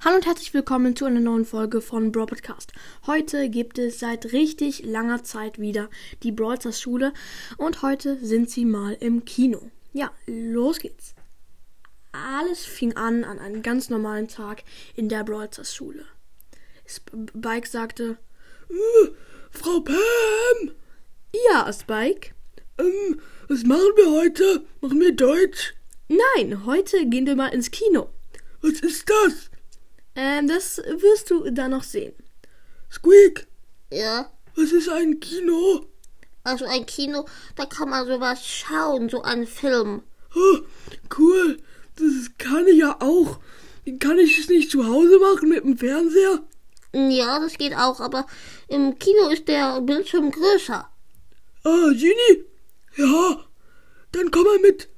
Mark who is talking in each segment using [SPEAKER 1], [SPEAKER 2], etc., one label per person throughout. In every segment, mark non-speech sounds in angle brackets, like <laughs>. [SPEAKER 1] Hallo und herzlich willkommen zu einer neuen Folge von Brawl Podcast. Heute gibt es seit richtig langer Zeit wieder die Brawl Stars Schule und heute sind sie mal im Kino. Ja, los geht's. Alles fing an an einem ganz normalen Tag in der Brawl Stars Schule. Spike sagte,
[SPEAKER 2] äh, Frau Pam!
[SPEAKER 1] ja, Spike.
[SPEAKER 2] Ähm, was machen wir heute? Machen wir Deutsch?
[SPEAKER 1] Nein, heute gehen wir mal ins Kino.
[SPEAKER 2] Was ist das?
[SPEAKER 1] Ähm, das wirst du dann noch sehen.
[SPEAKER 2] Squeak,
[SPEAKER 3] Ja,
[SPEAKER 2] was ist ein Kino?
[SPEAKER 3] also ein Kino, da kann man sowas schauen, so einen Film.
[SPEAKER 2] Oh, cool, das kann ich ja auch. Kann ich es nicht zu Hause machen mit dem Fernseher?
[SPEAKER 3] Ja, das geht auch, aber im Kino ist der Bildschirm größer.
[SPEAKER 2] Ah, Genie? Ja, dann komm mal mit.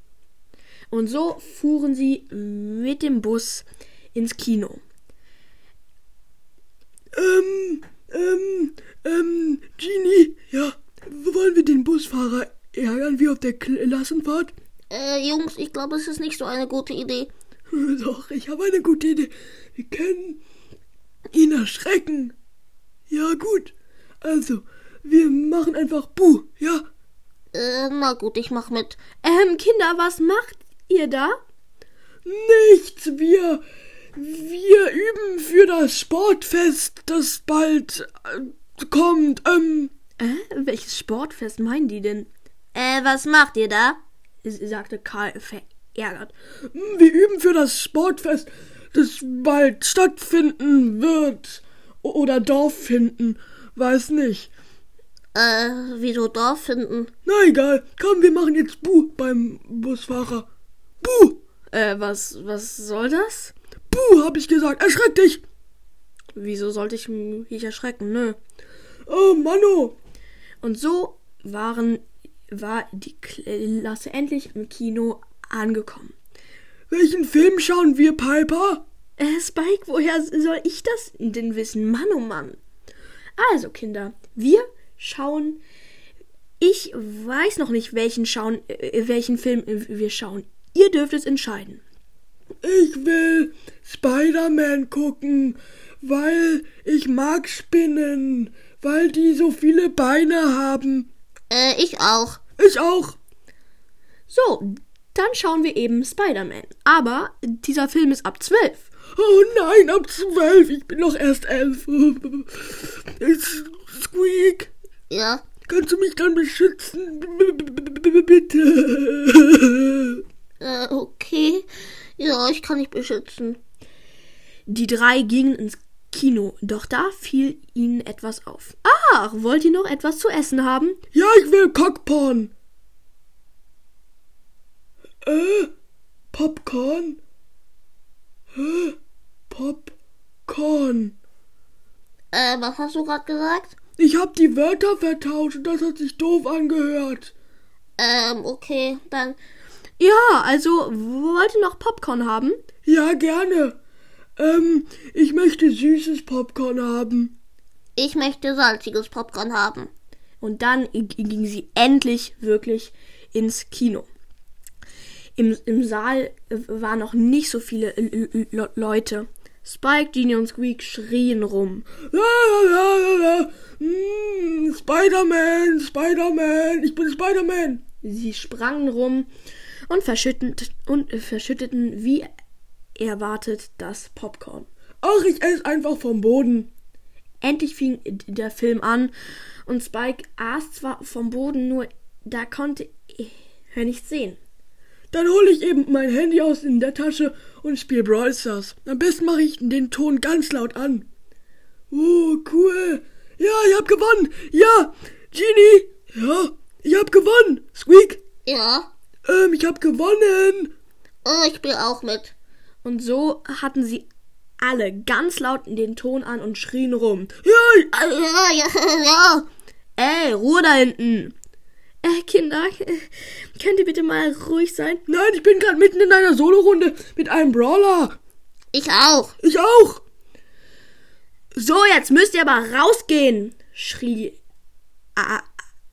[SPEAKER 1] Und so fuhren sie mit dem Bus ins Kino.
[SPEAKER 2] Ähm, ähm, ähm, Genie, ja, wollen wir den Busfahrer ärgern wie auf der Klassenfahrt? <laughs>
[SPEAKER 3] Äh, Jungs, ich glaube, es ist nicht so eine gute Idee.
[SPEAKER 2] Doch, ich habe eine gute Idee. Wir können ihn erschrecken. Ja, gut. Also, wir machen einfach Bu, uh, ja?
[SPEAKER 3] Äh, na gut, ich mach mit.
[SPEAKER 1] Ähm, Kinder, was macht ihr da?
[SPEAKER 2] Nichts, wir. Wir üben für das Sportfest, das bald äh, kommt. Ähm,
[SPEAKER 1] Äh, welches Sportfest meinen die denn?
[SPEAKER 3] Äh, was macht ihr da?
[SPEAKER 1] S- sagte Karl verärgert.
[SPEAKER 2] wir üben für das Sportfest, das bald stattfinden wird. O- Oder Dorf finden. Weiß nicht.
[SPEAKER 3] Äh, wieso Dorf finden?
[SPEAKER 2] Na egal. Komm, wir machen jetzt Bu beim Busfahrer. Bu!
[SPEAKER 1] Äh, was, was soll das?
[SPEAKER 2] Buh, hab ich gesagt. Erschreck dich.
[SPEAKER 1] Wieso sollte ich mich erschrecken, ne?
[SPEAKER 2] Oh, Manno.
[SPEAKER 1] Und so waren, war die Klasse endlich im Kino angekommen.
[SPEAKER 2] Welchen Film schauen wir, Piper?
[SPEAKER 1] Äh, Spike, woher soll ich das denn wissen? Mann, oh Mann. Also, Kinder, wir schauen. Ich weiß noch nicht, welchen, schauen, äh, welchen Film wir schauen. Ihr dürft es entscheiden.
[SPEAKER 2] Ich will Spider-Man gucken, weil ich mag Spinnen, weil die so viele Beine haben.
[SPEAKER 3] Äh, ich auch.
[SPEAKER 2] Ich auch.
[SPEAKER 1] So, dann schauen wir eben Spider-Man. Aber dieser Film ist ab 12.
[SPEAKER 2] Oh nein, ab zwölf. Ich bin noch erst elf. Squeak,
[SPEAKER 3] Ja,
[SPEAKER 2] kannst du mich dann beschützen? B- b- b- b- Bitte.
[SPEAKER 3] äh, okay. Ja, ich kann dich beschützen.
[SPEAKER 1] Die drei gingen ins Kino, doch da fiel ihnen etwas auf. Ach, wollt ihr noch etwas zu essen haben?
[SPEAKER 2] Ja, ich will Cockporn. Äh, Popcorn? Äh, Popcorn.
[SPEAKER 3] Äh, was hast du gerade gesagt?
[SPEAKER 2] Ich hab die Wörter vertauscht und das hat sich doof angehört.
[SPEAKER 3] Ähm, okay, dann
[SPEAKER 1] Ja, also wollt ihr noch Popcorn haben?
[SPEAKER 2] Ja, gerne. Ähm, ich möchte süßes Popcorn haben.
[SPEAKER 3] Ich möchte salziges Popcorn haben.
[SPEAKER 1] Und dann g- ging sie endlich wirklich ins Kino. Im, im Saal äh, waren noch nicht so viele äh, L- L- L- Leute. Spike, Genie und Squeak schrien rum.
[SPEAKER 2] La, la, la, la, la. Mm, Spider-Man, Spider-Man, ich bin Spider-Man.
[SPEAKER 1] Sie sprangen rum und verschütteten, und äh, verschütteten wie erwartet das Popcorn.
[SPEAKER 2] Ach, ich esse einfach vom Boden.
[SPEAKER 1] Endlich fing d- der Film an und Spike aß zwar vom Boden, nur da konnte er nichts sehen.
[SPEAKER 2] Dann hole ich eben mein Handy aus in der Tasche und spiele Brawl Stars. Am besten mache ich den Ton ganz laut an. Oh, cool. Ja, ich hab gewonnen. Ja, Genie. Ja, ich hab gewonnen. Squeak.
[SPEAKER 3] Ja,
[SPEAKER 2] Ähm, ich hab gewonnen.
[SPEAKER 3] oh, ich spiele auch mit. <laughs>
[SPEAKER 1] Und so hatten sie alle ganz laut den Ton an und schrien rum.
[SPEAKER 2] Ja, ich-
[SPEAKER 3] Ah, Ja, ja, ja.
[SPEAKER 1] Ey, Ruhe da hinten! Äh, Kinder, <laughs> äh, könnt ihr bitte mal ruhig sein?
[SPEAKER 2] nein, ich bin gerade mitten in einer Solo-Runde mit einem Brawler.
[SPEAKER 3] Ich auch.
[SPEAKER 2] Ich auch.
[SPEAKER 1] So, jetzt müsst ihr aber rausgehen! schrie a-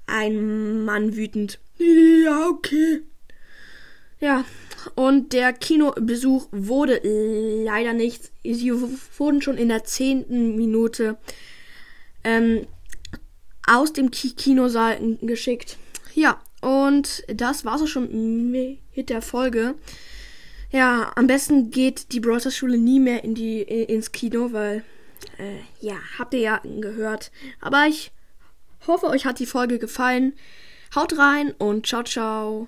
[SPEAKER 1] ein Mann wütend.
[SPEAKER 2] Ja, okay.
[SPEAKER 1] Ja, Und der Kinobesuch wurde leider nichts. Sie wurden schon in der zehnten Minute ähm, aus dem Ki Kinosaal geschickt. Ja, und das war's auch schon mit der Folge. Ja, am besten geht die Brawl Stars Schule nie mehr in die, ins Kino, weil, äh, ja, habt ihr ja gehört. Aber ich hoffe, euch hat die Folge gefallen. Haut rein und ciao, ciao.